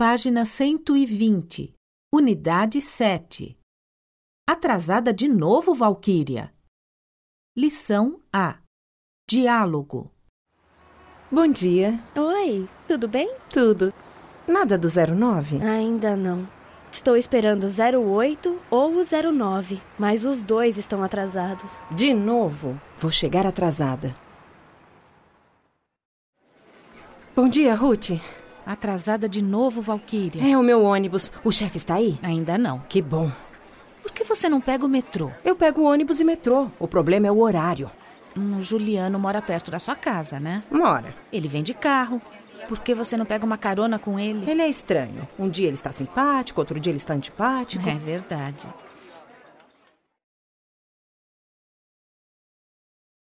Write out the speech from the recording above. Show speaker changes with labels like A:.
A: Página 120, unidade 7. Atrasada de novo, Valquíria. Lição A. Diálogo.
B: Bom dia.
C: Oi, tudo bem?
B: Tudo. Nada do 09?
C: Ainda não. Estou esperando o 08 ou o 09, mas os dois estão atrasados.
B: De novo? Vou chegar atrasada. Bom dia, Ruth.
A: Atrasada de novo, Valquíria.
B: É o meu ônibus. O chefe está aí?
A: Ainda não.
B: Que bom.
A: Por que você não pega o metrô?
B: Eu pego ônibus e metrô. O problema é o horário.
A: Hum, o Juliano mora perto da sua casa, né?
B: Uma hora.
A: Ele vem de carro. Por que você não pega uma carona com ele?
B: Ele é estranho. Um dia ele está simpático, outro dia ele está antipático.
A: É verdade.